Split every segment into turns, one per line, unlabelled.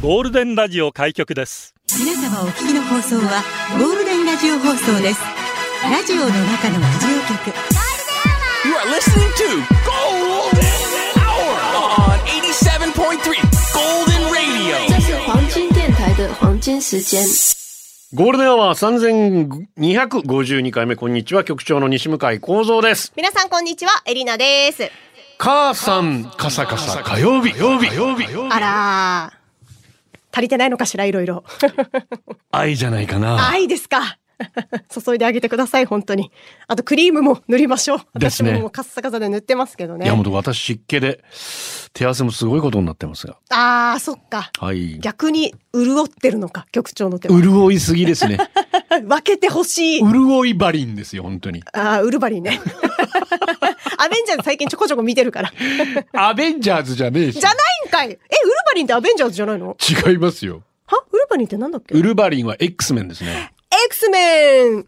ゴールデンラジオ開局です
皆様お聞きの放送はゴールデンラジオ放送ですラジオの中のラジオ局
You are listening to Golden Hour on 87.3 Golden Radio.
这是黄金电台的黄金时间。
ゴールデンアワー3252回目、こんにちは。局長の西向井幸三です。
皆さんこんにちは、エリナです。
母さん、カサカサ、火曜日、火曜日、火曜日。
あらー足りてないのかしら、いろ いろ。
愛じゃないかな。
愛ですか。注いであげてください、本当に。あとクリームも塗りましょう。
です
私
ね
ももうカッサカサで塗ってますけど
い
ね
や、。本当私湿気で、手汗もすごいことになってますが。
あー、そっか。
はい。
逆に潤ってるのか、局長の手は。
潤いすぎ ですね。
分けてほしい。
潤いばりんですよ、本当に。
あー、ウルバリ ンね。アベンジャーズ最近ちょこちょこ見てるから。じ
アベンジャーズじゃねえし
ゃないんかいえ、ウルバリンってアベンジャーズじゃないの
違いますよ。
はウルバリンってなんだっけ
ウルバリンは X メンですね。
X メン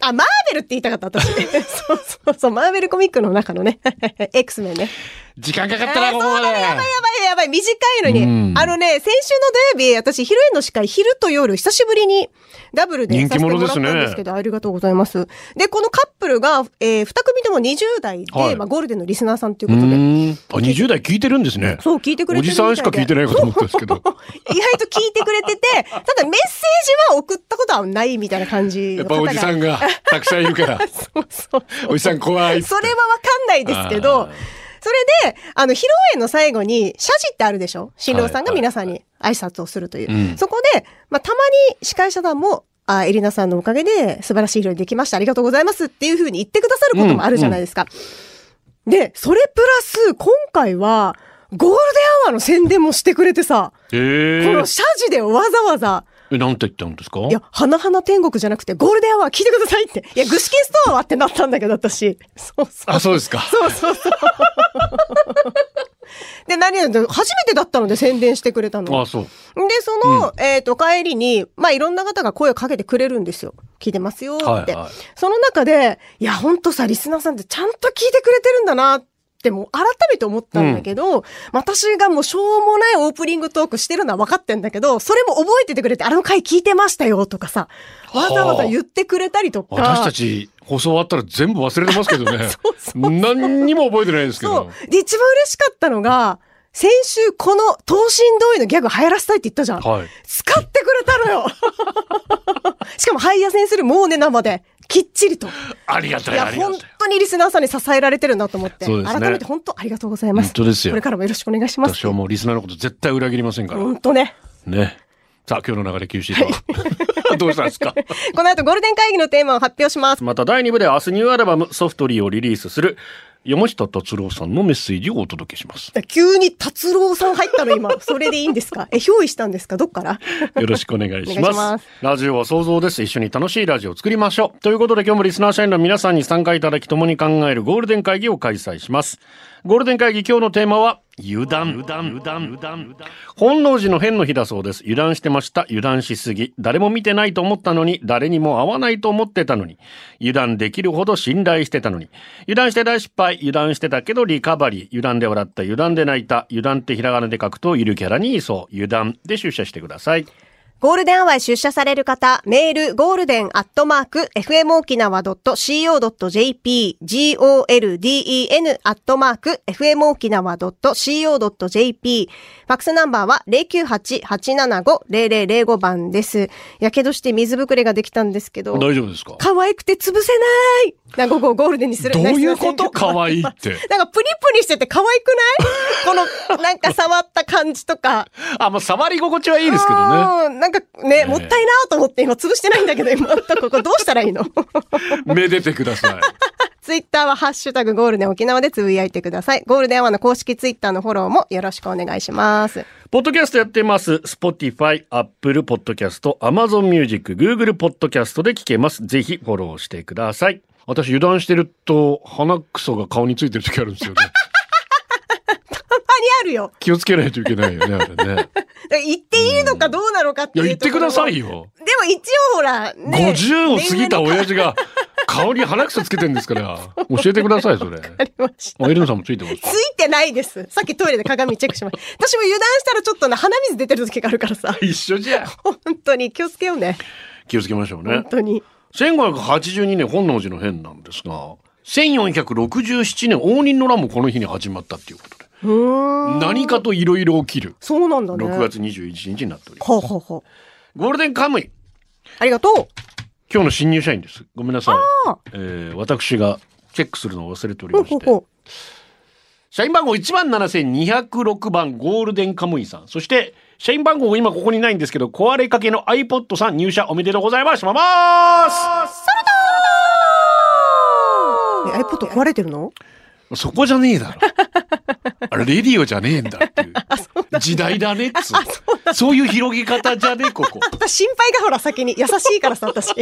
あ、マーベルって言いたかった、私。 そうそうそう、マーベルコミックの中のね、X メンね。
時間かか
あ
っ
ー、
たな、こ
そう
こま
なの、やばい
で。
やばいやばい、短いのに。
うん
あのね、先週の土曜日、私、昼への司会、昼と夜、久しぶりにダブルで
人
さ
気
せてもら
者で
った
す
ん
ね
ですけど、ありがとうございます。で、このカップルが、えー、2組とも20代で、
はい
まあ、ゴールデンのリスナーさんという
う
ことで、
ーん。あ、20代聞いてるんですね。
そう、聞いてくれ
お
てる
じ
みたい
さんし
で
か聞い てないかと思ったんですけど。
意外と聞いてくれてて、ただメッセージは送ったことはないみたいな感じ
やっ
の方が。
ぱおじさんがたくさんいるから、
そうそう
おじさん怖いっつって
それはわかんないですけ
あ
ど
ー、
それで、あの、披露宴の最後に、謝辞ってあるでしょ新郎さんが皆さんに挨拶をするという。
はいはいはいうん
そこで、まあ、たまに司会者団も、あ、エリナさんのおかげで素晴らしい披露宴できました。ありがとうございますっていうふうに言ってくださることもあるじゃないですか。で、それプラス、今回は、ゴールデンアワーの宣伝もしてくれてさ、
え
こ
ー
の謝辞でわざわざ、
え、なんて言ったんですか
いや、花々天国じゃなくて、ゴールデンアワー聞いてくださいって。いや、具志堅ストアはってなったんだけど、私。そうそう。
あ、そうですか。
そうそうそう。で、何よりも初めてだったので宣伝してくれたの。
あ、
で、
そう。
その、えっ、と、帰りに、まあ、いろんな方が声をかけてくれるんですよ。聞いてますよって。
はいはい
その中で、いや、ほんとさ、リスナーさんってちゃんと聞いてくれてるんだなって、もう改めて思ったんだけど、私がもうしょうもないオープニングトークしてるのは分かってんだけど、それも覚えててくれて、あの回聞いてましたよとかさ、わざわざ言ってくれたりとか。
私たち放送終わったら全部忘れてますけど ね。
そうそう
何にも覚えてないですけ
そ
ど
う。。で、一番嬉しかったのが、先週この等身同意のギャグ流行らせたいって言ったじゃん。
はい。
使ってくれたのよ しかも、ハイヤセンするもうね生で、きっちりと。
ありが
い
たい、あ
や、
りがた
本
い。
当にリスナーさんに支えられてるなと思って。
そうですね
改めて本当ありがとうございます。
本当ですよ
これからもよろしくお願いします。
私はもうリスナーのこと絶対裏切りませんから。
本当ね。
ね。さあ、今日の流れ休止とは どうしたんですか
この後ゴールデン会議のテーマを発表 します。
また第2部では明日ニューアルバムソフトリーをリリースする山下達郎さんのメッセージをお届けします。
急に達郎さん入ったの今。それでいいんですかえ、憑依したんですかどっから
よろしくお願いし
お願
ます。
いします
ラジオは想像です。一緒に楽しいラジオを作りましょう。ということで今日もリスナー社員の皆さんに参加いただき共に考えるゴールデン会議を開催します。ゴールデン会議今日のテーマは油断。油断、油断、油断。本能寺の変の日だそうです。油断してました。油断しすぎ。誰も見てないと思ったのに、誰にも会わないと思ってたのに。油断できるほど信頼してたのに。油断して大失敗。油断してたけどリカバリー。油断で笑った。油断で泣いた。油断ってひらがなで書くと、いるキャラにいそう。油断で出社してください。
ゴールデンアワーへ出社される方、メール、ゴールデンアットマーク、fmokinawa.co.jp、golden アットマーク、fmokinawa.co.jp、ファックスナンバーは098-875-0005番です。やけどして水ぶくれができたんですけど、
大丈夫ですか
可愛くて潰せないな午後ゴールデンにする
どういうこ
な
と
んか
可
すません
愛いって。
なんかプニプニしてて可愛くないこの、なんか触った感じとか。
あ、まあ、触り心地はいいですけどね。
うんなんかね、もったいなと思って今潰してないんだ けど、今のとここれどうしたらいいの
めでてください。
ツイッターはハッシュタグゴールデン沖縄でつぶやいてください。ゴールデンアワーの公式ツイッターのフォローもよろしくお願いします。
ポッドキャストやってます。Spotify、Apple Podcast、Amazon Music、Google Podcast で聞けます。ぜひフォローしてください。私油断してると鼻くそが顔についてる時あるんです よね。
あにあるよ。
気をつけないといけないよね、あれ ね。
言っていいのかどうなのかっ
い
て
や、
い
言っ
うと
て
こ
く
ろ
だ
も
さいよ。
でも一応ほら、ね、
50を過ぎた親父が顔に鼻くそつけてんです から、教えてください、そ れ。
ありました。
あ、エルナさんもついてます
つ。いてないです。さっきトイレで鏡チェックしました。私も油断したらちょっとな、鼻水出てる時があるからさ。
一緒じゃ。
本当に気をつけようね。
気をつけましょうね
本。当に。
1582年本能寺の変なんですが、1467年応仁の乱もこの日に始まったっていうことで、
うーん。
何かといろいろ起きる
そうなんだね。
6。月21日になっております。
ほうほうほう。
ゴールデンカムイ、
ありがと
今日の新入社員です。ごめんなさい
あー。
えー私がチェックするのを忘れてお
う。
り
ほう
ま
ほ
し
う
て、
ほ
社員番号1万7206番ゴールデンカムイさん、そして社員番号今ここにないんですけど、壊れかけの iPod さん入社おめでとうございます。まます
う。え、iPod 壊れてるの
そこじゃねえだろ。あれ、レディオじゃねえんだっていう。時代だねっつうそういう広げ方じゃねえ、ここ。
私心配がほら先に優しいからさ、 私。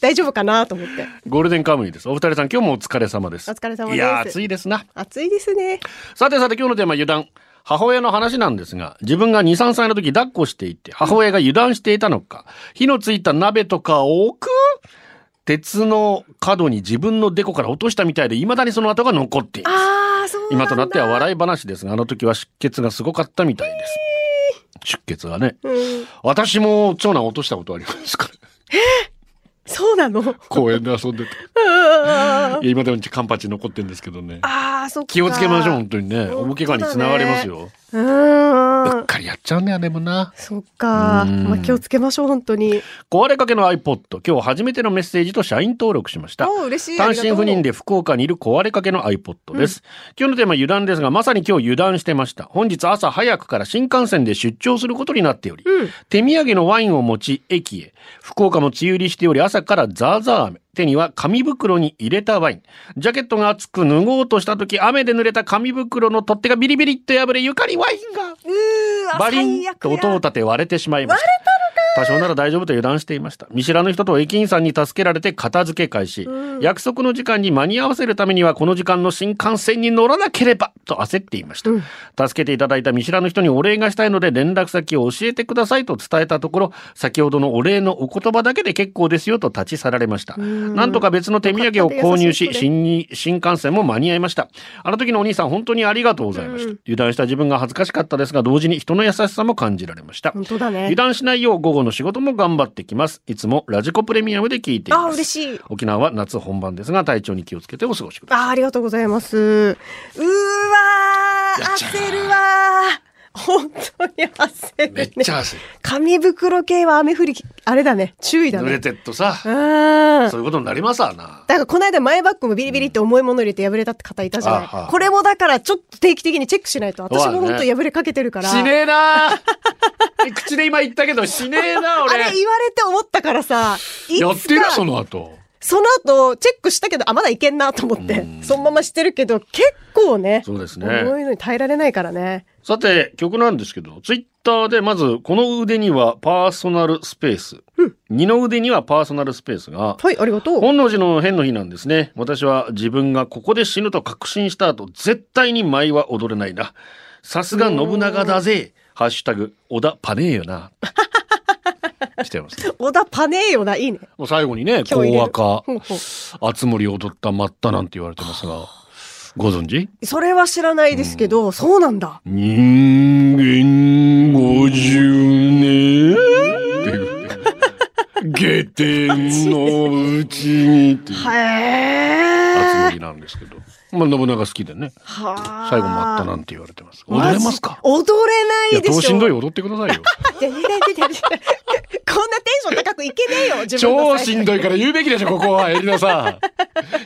大丈夫かなと思って。
ゴールデンカムイです。お二人さん、今日もお疲れ様です。
お疲れ様です
いやー、暑いですな。
暑いですね。
さてさて、今日のテーマ、油断。母親の話なんですが、自分が2、3歳の時抱っこしていて、母親が油断していたのか、火のついた鍋とかを置く鉄の角に自分のデコから落としたみたいで、未だにその跡が残っています。
ああ、そうなんだ。
今となっては笑い話ですが、あの時は出血がすごかったみたいです。出血がね。
うん。
私も長男落としたことありますから。
そうなの。
公園で遊んでて。
あ
いや今でもうちカンパチ残ってるんですけどね。
あー、そっか。
気をつけましょう、本当にね。
本当だね
大怪我につながりますよ。
う
う
ー
んっ。かりやっちゃうね、あれもな。
そっか。
うん
まあ、気をつけましょう、本当に。
壊れかけの iPod。今日初めてのメッセージと社員登録しました。
おう嬉しい。
単身赴任
で。
で福岡にいる壊れかけの iPod です、今日のテーマ油断ですがまさに今日油断してました本日朝早くから新幹線で出張することになっており、
うん
手土産のワインを持ち駅へ福岡も梅雨入りしており朝からザーザー雨手には紙袋に入れたワインジャケットが熱く脱ごうとした時雨で濡れた紙袋の取っ手がビリビリっと破れ床にワインが
うーわ、
バリンと音を
最悪や
立て割れてしまいました多少なら大丈夫と油断していました見知らぬ人と駅員さんに助けられて片付け開始、
うん
約束の時間に間に合わせるためにはこの時間の新幹線に乗らなければと焦っていました、
うん
助けていただいた見知らぬ人にお礼がしたいので連絡先を教えてくださいと伝えたところ先ほどのお礼のお言葉だけで結構ですよと立ち去られました、
ん
なんとか別の手土産を購入し
よかったです
新に新幹線も間に合いましたあの時のお兄さん本当にありがとうございました、
うん
油断した自分が恥ずかしかったですが同時に人の優しさも感じられました
本当だね
油。断しないよう午後の仕事も頑張ってきますいつもラジコプレミアムで聞いてい
ああ
ま
ー、
す
嬉しい。
沖縄は夏本番ですが体調に気をつけてお過ごしくださ
ああ、ありがとうございます。うーわー、
やっちゃう
焦るわー。本当に焦る、ね。
い。めっちゃ汗
紙袋系は雨降り、あれだね。注意だ
濡れ
ね。
てっとさ、
うーん。
そういうことになりますわな。
だからこの間マイバッグもビリビリって重いもの入れて破れたって方いたじゃ
あは
ないい。これもだからちょっと定期的にチェックしないと。私も本当破れかけてるから。
しねえなえ口で今言ったけどしねえな
あれ
俺。
言われて思ったからさ、いつか
やってるその後。
その後、チェックしたけど、あ、まだいけんなと思って、そのまましてるけど、結構ね、
そうですね
重いのに耐えられないからね。
さて曲なんですけどツイッターでまずこの腕にはパーソナルスペース、二の腕にはパーソナルスペースが
はい、ありがとう。
本能寺の変の日なんですね。私は自分がここで死ぬと確信した後、絶対に舞は踊れないな。さすが信長だぜ。ハッシュタグ、織田パネーよ な。してます、ね。
小田パネーよな、いいね。
もう最後に ね、
今日
講
入れる
和歌
ほうほう、
熱森踊った待ったなんて言われてますが、ご存知
それは知らないですけど、そうなんだ。
人間五十年下天のうちにっていう。
へ
熱
え。
森なんですけど、まあ、信長好きでね
は
最後もあったなんて言われてます踊れますか
踊れないい
や
でしょ。
等身
だ
同意
よ。
踊ってくださいよ
こんなテンション高くいけねえ よ、自分の
超
最
し
後
んどいから言うべきでしょここはエリナさん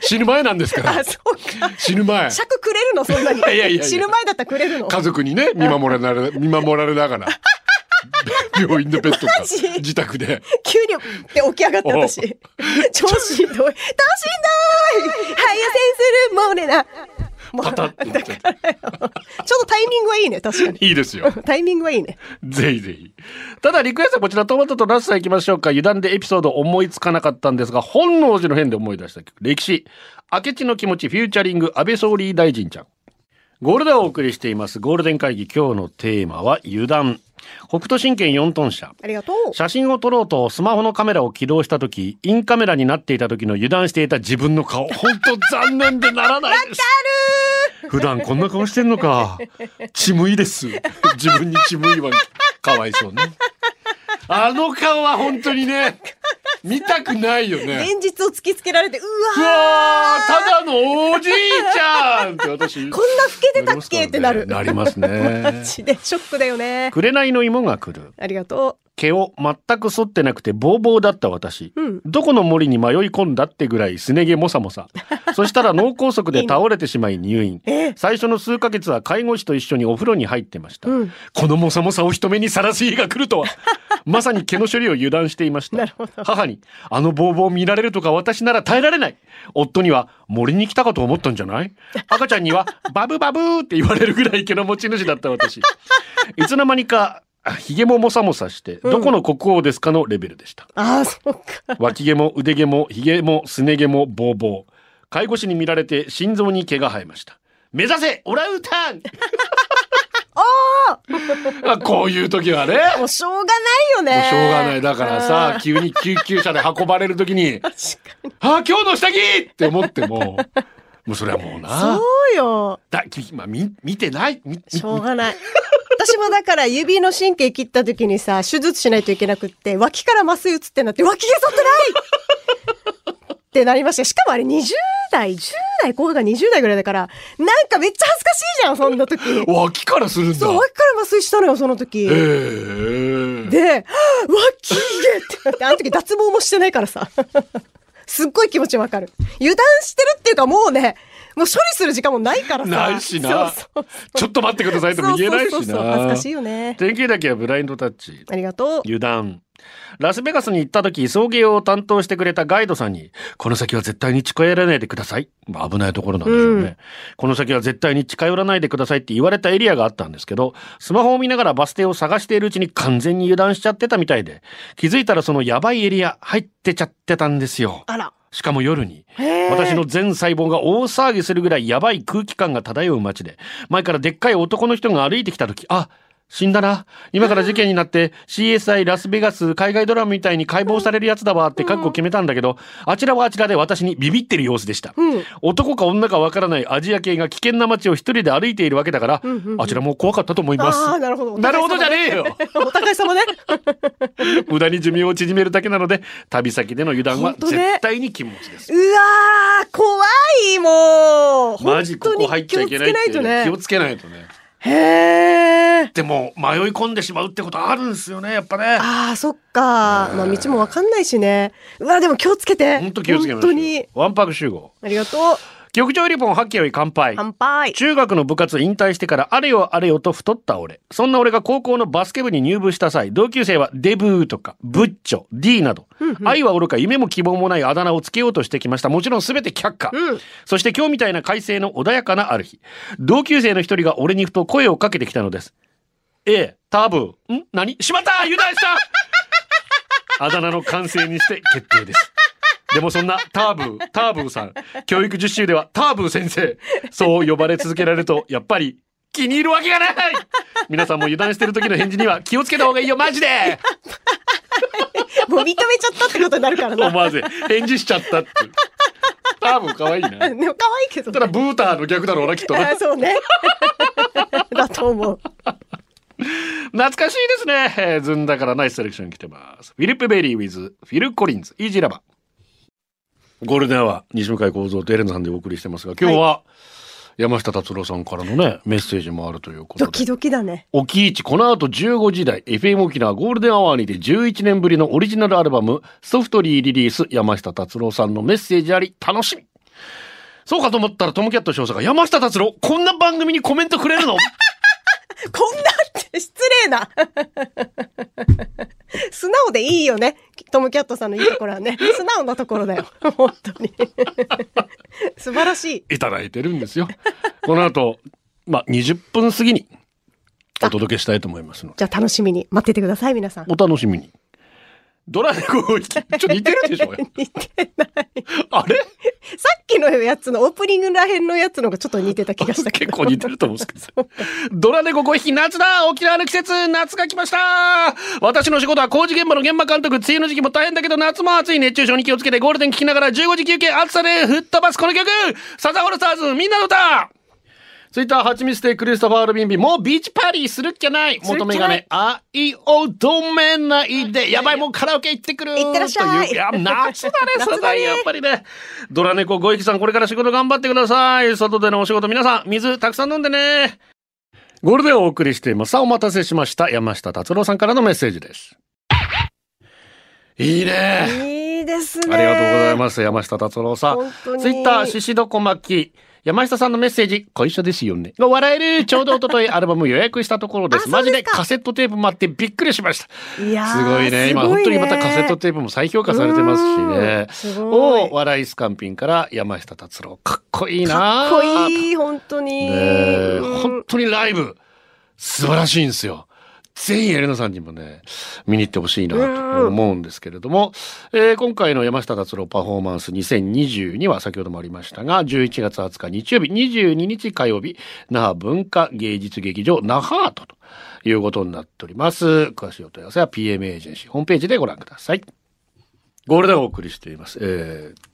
死ぬ前なんですか
あ、
ら
そうか。
死ぬ前
尺くれるの、そんなに。
いやいやいや
死ぬ前だったらくれるの。
家族にね見守られ見守られながら病院でペットか
マジ
自宅で
急にって起き上がった
おう
私。超しんどい。超しんどい早せんするもうねな。もう、
パタッてなっちゃっ
ちょっとタイミングはいいね、確かに
て。いいですよ
タイミングはいいね。
ぜひぜひ。ただ、リクエストはこちら、トマトとナスさん行きましょうか。油断でエピソード思いつかなかったんですが、本能寺の変で思い出した曲。歴史、明智の気持ち、フューチャリング、安倍総理大臣ちゃん。ゴールデンをお送りしています。ゴールデン会議、今日のテーマは油断。北斗神拳4トン車。
ありがとう。
写真を撮ろうとスマホのカメラを起動した時インカメラになっていた時の油断していた自分の顔本当残念でならないです普段こんな顔してんの かちむいです自分にちむいはかわいそうねあの顔は本当にね見たくないよね
現実を突きつけられて、う
う
わ
わーただのおじいちゃ んって私
ーこんな老けてたっけってなる。
なりますね
マジでショックだよね。
紅の芋が来る
ありがと
毛を全く剃ってなくてボーボーだった私、
うん
どこの森に迷い込んだってぐらいすね毛もさも さそしたら脳梗塞で倒れてしまい入院最初の数ヶ月は介護士と一緒にお風呂に入ってました、
うん
このもさもさを人目にさらす日が来る とはまさに毛の処理を油断していました
なるほど
母にあのボーボー見られるとか私なら耐えられない夫には森に来たかと思ったんじゃない赤ちゃんにはバブバブーって言われるぐらい毛の持ち主だった私いつの間にか、あヒゲももさもさして、
ん
どこの国王ですかのレベルでした。
う。ああ、そうか。
脇毛も腕毛もヒゲもすね毛もボーボー。介護士に見られて心臓に毛が生えました。目指せオランウータン あこういう時はね、も
もうしょうがないよね。
うしょうがない。だからさ、
うん、
急に救急車で運ばれる時に、あ今日の下着って思って も、もうそれはもうな。
そうよ。
だ、きまあ、み見てないみ
しょうがない。私もだから指の神経切った時にさ、手術しないといけなくって、脇から麻酔打つってなって、脇毛剃ってないってなりました。しかもあれ20代、10代、後半が20代ぐらいだから、なんかめっちゃ恥ずかしいじゃん、そんな時。
脇からするんだ。
そう、脇から麻酔したのよ、その時。
えー
で、はぁ脇毛ってなって、あの時脱毛もしてないからさ。 すっごい気持ちわかる。油断してるっていうかもうね、もう処理する時間もないからさ。
ないしな
そうそうそう
ちょっと待ってくださいとも言えないし
そうそうそうそう
な。
恥ずかしいよね。
典型だけはブラインドタッチ。
ありがとう。
油断。ラスベガスに行った時、送迎を担当してくれたガイドさんに、この先は絶対に近寄らないでください。まあ危ないところなんでしょうね。
うん
この先は絶対に近寄らないでくださいって言われたエリアがあったんですけど、スマホを見ながらバス停を探しているうちに完全に油断しちゃってたみたいで、気づいたらそのやばいエリア入ってちゃってたんですよ。
あら。
しかも夜に。
へー
私の全細胞が大騒ぎするぐらいやばい空気感が漂う街で、前からでっかい男の人が歩いてきた時、あ、死んだな。今から事件になって CSI ラスベガス海外ドラマみたいに解剖されるやつだわって覚悟決めたんだけど、あちらはあちらで私にビビってる様子でした。
うん。
男か女かわからないアジア系が危険な街を一人で歩いているわけだから、
んうんうん
あちらも怖かったと思います。
ああ、なるほど。
なるほどじゃねえよ
お互い様ね。
無駄に寿命を縮めるだけなので、旅先での油断は
本当ね
絶対に禁物です。
うわー、怖い、もう。
マジここ入っちゃいけないって
本当に気をつけない
気
と
を
ね。
つけないとね。
へー。
でも迷い込んでしまうってことあるんですよね、やっぱね。
ああ、そっか。まあ、道もわかんないしね。うわ、でも気をつけて。
本当気をつけましょう。
本当に。
ワンパク集合。
ありがとう。
局長リボンハッキーより乾杯。
乾杯。
中学の部活引退してからあれよあれよと太った俺。そんな俺が高校のバスケ部に入部した際、同級生はデブーとか、ブッチョ、D など、愛は愚か夢も希望もないあだ名をつけようとしてきました。もちろん全て却下。
うん。
そして今日みたいな快晴の穏やかなある日、同級生の一人が俺にふと声をかけてきたのです。ええ、多分。ん何しまった油断した あだ名の完成にして決定です。でもそんなターブー、ターブーさん、教育実習ではターブー先生、そう呼ばれ続けられると、やっぱり気に入るわけがない皆さんも油断してる時の返事には気をつけた方がいいよ、マジで
もう認めちゃったってことになるから
思
な。
わず返事しちゃったっていう。ターブー可愛いな。
でも可愛いけど
ただ
ね。
ブーターの逆だろうな、きっとな。
あー そうね。だと思う。
懐かしいですね。えーずんだからナイスセレクション来てます。フィリップ・ベリー with フィル・コリンズ、イージーラバー。ゴールデンは西向井幸三とエレンさんでお送りしてますが、今日は山下達郎さんからのね、メッセージもあるということ
ド
で。
キドキだね。
沖市この後15時台 FM 沖縄ゴールデンアワーにて11年ぶりのオリジナルアルバムソフトリーリリース山下達郎さんのメッセージあり楽しみそうかと思ったらトムキャット少佐が山下達郎こんな番組にコメントくれるの
こんなって失礼な。 素直でいいよね。トムキャットさんのいいところはね。素直なところだよ。本当に。 素晴らしい。
いただいてるんですよ。この後、まあ、20分過ぎにお届けしたいと思いますので、
じゃあ楽しみに待っててください、皆さん。
お楽しみに。 ドラ猫を引き、ちょっと似てるでしょうよ
似てない。
あれ
さっきのやつのオープニングらへんのやつのがちょっと似てた気がしたけ
結
ど。
構似てると思うんですけど。ドラ猫5匹、夏だ沖縄の季節、夏が来ました私の仕事は工事現場の現場監督、梅雨の時期も大変だけど、夏も暑い熱中症に気をつけてゴールデン聞きながら15時休憩、暑さで吹っ飛ばすこの曲サザンオールスターズ、みんなの歌ツイッター、はちみつてクリストファー・ルビンビ、もうビーチパーティーするっきゃない
するっき
元
ゃない
メガネ、愛を止めないで、やばい、もうカラオケ行ってくる
行ってらっしゃい
とうや、夏だね、
夏だね
サザン、やっぱりね。ドラ猫ごいきさん、これから仕事頑張ってください。外でのお仕事、皆さん、水たくさん飲んでね。ゴールデンをお送りしています。さあ、お待たせしました。山下達郎さんからのメッセージです。いいね。
いいですね。
ありがとうございます。山下達郎さん
本当。に
ツイッター、ししどこまき。山下さんのメッセージ、ご一緒ですよね。笑えるちょうど一 昨日アルバム予約したところです。
あそ
マ
う
ジ
です
で
か
カセットテープもあってびっくりしました。
いやー
すごいね。今、
すご
本
い
当にまたカセットテープも再評価されてますしね。
うんすごい
お笑いスカンピンから山下達郎。かっこいいな
かっこいい、本当に。
ねえ
うん
本当にライブ、素晴らしいんですよ。ぜひエレナさんにもね、見に行ってほしいなと思うんですけれども、えー今回の山下達郎パフォーマンス2022は先ほどもありましたが、11月20日日曜日、22日火曜日、那覇文化芸術劇場那覇アートということになっております。詳しいお問い合わせは PM エージェンシーホームページでご覧ください。ゴールデンをお送りしています。えー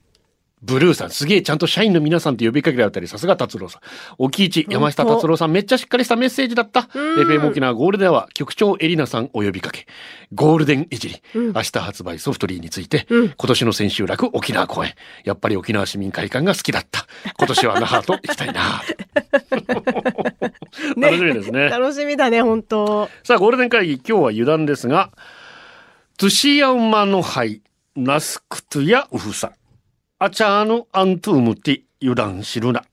ブルーさん、すげえ、ちゃんと社員の皆さんと呼びかけられたり、さすが達郎さん。おきいち、山下達郎さん、めっちゃしっかりしたメッセージだった。FM 沖縄ゴールデンは、局長エリナさんお呼びかけ。ゴールデンいじり、明日発売ソフトリーについて、今年の千秋楽沖縄公演。やっぱり沖縄市民会館が好きだった。今年は那覇と行きたいな。
ね
楽しみですね。
楽しみだね、本当。
さあ、ゴールデン会議、今日は油断ですが、トゥシヤウマの灰、ナスクトゥヤウフサ、アチャーヌアントゥームティ、油断しるな。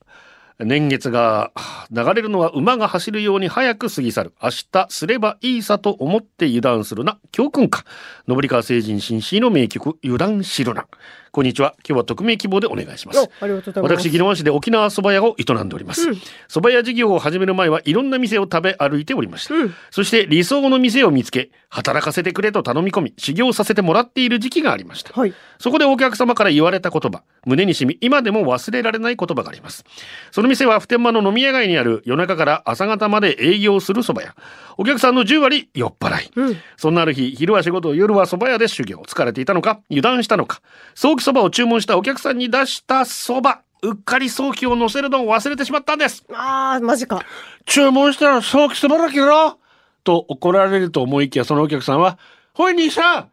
年月がはあ流れるのは馬が走るように早く過ぎ去る。明日すればいいさと思って油断するな。教訓か。信川成人紳士の名曲、油断しるな。こんにちは。今日は匿名希望でお願いします。
おありがとうございます。
私、宜野湾市で沖縄そば屋を営んでおります。そば、屋事業を始める前はいろんな店を食べ歩いておりました。
うん
そして理想の店を見つけ、働かせてくれと頼み込み、修行させてもらっている時期がありました。
はい。
そこでお客様から言われた言葉、胸に染み、今でも忘れられない言葉があります。その店は普天間の飲み屋街にある夜中から朝方まで営業する蕎麦屋。お客さんの10割酔っ払い。そんなある日、昼は仕事、夜は蕎麦屋で修行。疲れていたのか、油断したのか。早期蕎麦を注文したお客さんに出した蕎麦。うっかり早期を乗せるのを忘れてしまったんです。
ああ、マジか。
注文したら早期そばだけどと怒られると思いきやそのお客さんは、ほい兄さん、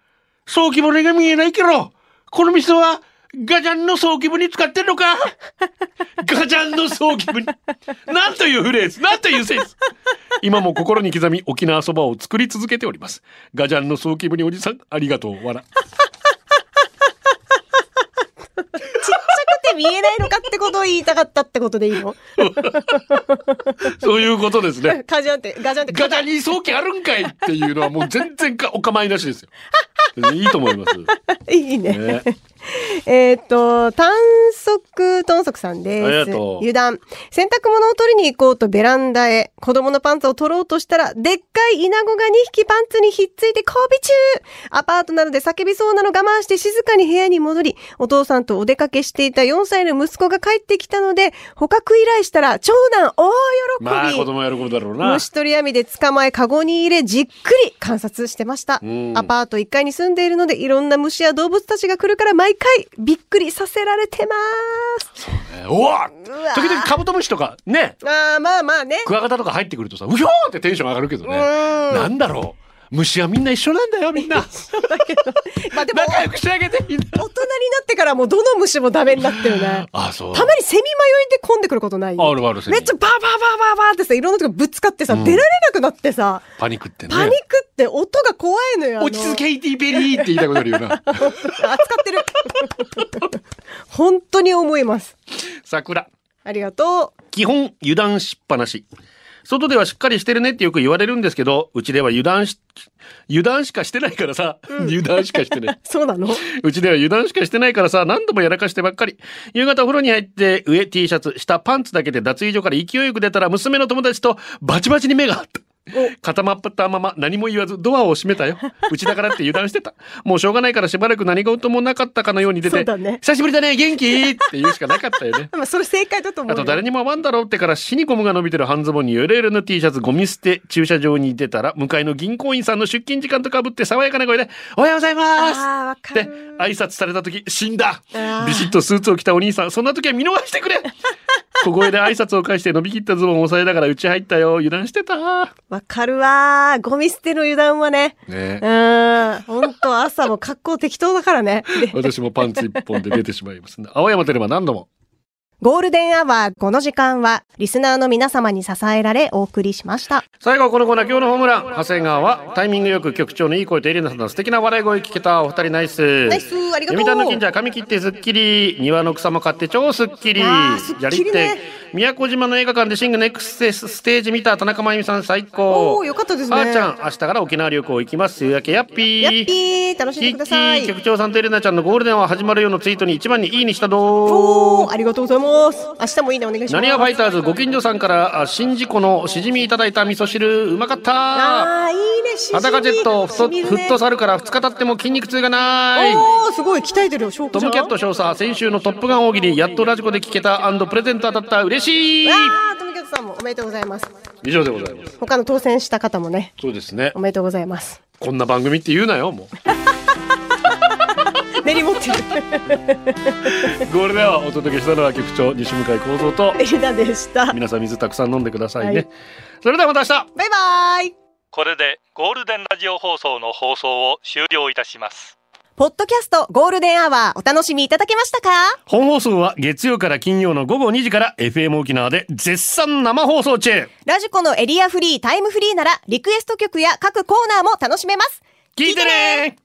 早期船が見えないけど、この店はガジャンの早期船使ってんのか ガジャンの早期船。なんというフレーズ、なんというセンス。今も心に刻み沖縄そばを作り続けております。ガジャンの早期船おじさん、ありがとう、わら。
ちっちゃくて見えないのかってことを言いたかったってことでいいの
そういうことですね。
ガジャンって、ガジャンって。
ガジャンに早期あるんかいっていうのはもう全然かお構いなしですよ。いいと思います。
いいね。
ね
えーっと、短足、豚足さんです。
ありがとう
油断。洗濯物を取りに行こうとベランダへ、子供のパンツを取ろうとしたら、でっかいイナゴが2匹パンツにひっついて交尾中アパートなどで叫びそうなの我慢して静かに部屋に戻り、お父さんとお出かけしていた4歳の息子が帰ってきたので、捕獲依頼したら、長男大喜び。
まあ子供喜ぶだろうな。
虫取り網で捕まえ、カゴに入れ、じっくり観察してました。
うん
アパート1階に住んでいるので、いろんな虫や動物たちが来るから、毎回、びっくりさせられてます。
うわ
うわ
時々カブトムシとかね、
ああ、まあまあね。
クワガタとか入ってくるとさ、うひょーってテンション上がるけどね。
ん
なんだろう。虫はみんな一緒なんだよ、みん な。
だけど、まあでも、
仲良くしてあげて、みんな。
大人になってからもうどの虫もダメになってる ね。
あ、そう。
たまにセミ迷いで混んでくることない
あるあるセミ
めっちゃバーバーバーバーバーってさ、いろんなとこぶつかってさ、出られなくなってさ、
パニックってね。
パニックって音が怖いのよ。あの
落ち着けイティベリーって言いたくなるよな。
扱ってる。本当に思います。
桜。
ありがとう。
基本油断しっぱなし。外ではしっかりしてるねってよく言われるんですけど、うちでは油断し、油断しかしてないからさ、油断しかしてない。
そうなの
うちでは油断しかしてないからさ、何度もやらかしてばっかり。夕方お風呂に入って、上 T シャツ、下パンツだけで脱衣所から勢いよく出たら、娘の友達とバチバチに目が合った。固まったまま何も言わずドアを閉めたよ。うちだからって油断してた。もうしょうがないからしばらく何事もなかったかのように出
そ
て、
うだね
久しぶりだね、元気って言うしかなかったよね。
まあ、 それ正解だと思
あ
う
と
よ。
誰にも会わんだろうってから死にゴムが伸びてる半ズボンにゆるゆるの T シャツゴミ捨て駐車場に出たら向かいの銀行員さんの出勤時間とかぶって爽やかな声で「おはようございます!」
あーわ
っ
か
て
る
挨拶された時死んだ
ー
ビシッとスーツを着たお兄さんそんな時は見逃してくれ小声で挨拶を返して伸びきったズボンを押さえながら家入ったよ油断してた
わかるわー。ゴミ捨ての油断はね。
ね
うーん。ほんと朝も格好適当だからね。で
私もパンツ一本で出てしまいますね青山テレマ何度も
ゴールデンアワー、この時間は、リスナーの皆様に支えられお送りしました。
最後はこのコーナー今日のホームラン長谷川はタイミングよく局長のいい声とエリナさんの素敵な笑い声聞けたお二人ナイス
ナイスありがとう
読谷の神社髪切ってすっきり庭の草も買って超すっきり
わあすっき
砂
りね
利店宮古島の映画館でシングネクステスステージ見た田中真由美さん最高
おーよかったですね
あーちゃん明日から沖縄旅行行きます夕焼けやっぴー
やっぴー、楽しんでください
キッキー。局長さんとエリナちゃんのゴールデンは始まるよのツイートに一番にいいにしたど
おー、ありがとうございます。明日もいいね、お願いします。
なにわファイターズご近所さんからあ宍道湖のしじみいただいた味噌汁うまかった
あー、いいね、し
裸ジェットフット、フット
さ
サルから2日経っても筋肉痛がない
おー、すごい、鍛えてるよ、翔子
ト
ちゃ
ム
ん。
キャット少佐先週の「トップガン大喜利」やっとラジコで聞けたプレゼント当たった嬉しい
あー、トムキャットさんもおめでとうございます。
以上でございます
他の当選した方もね、
そうですね
おめでとうございます。
こんな番組って言うなよもう
練り持ってる。
ゴールデンはお届けしたのは局長西向井幸三と
エリナでした。バイ
皆さん水たくさん飲んでくださいね、
はい
それではまた明日
バーイ
これでゴールデンラジオ放送の放送を終了いたします
ポッドキャストゴールデンアワーお楽しみいただけましたか
本放送は月曜から金曜の午後2時から FM 沖縄で絶賛生放送中
ラジコのエリアフリータイムフリーならリクエスト曲や各コーナーも楽しめます。
聞いてね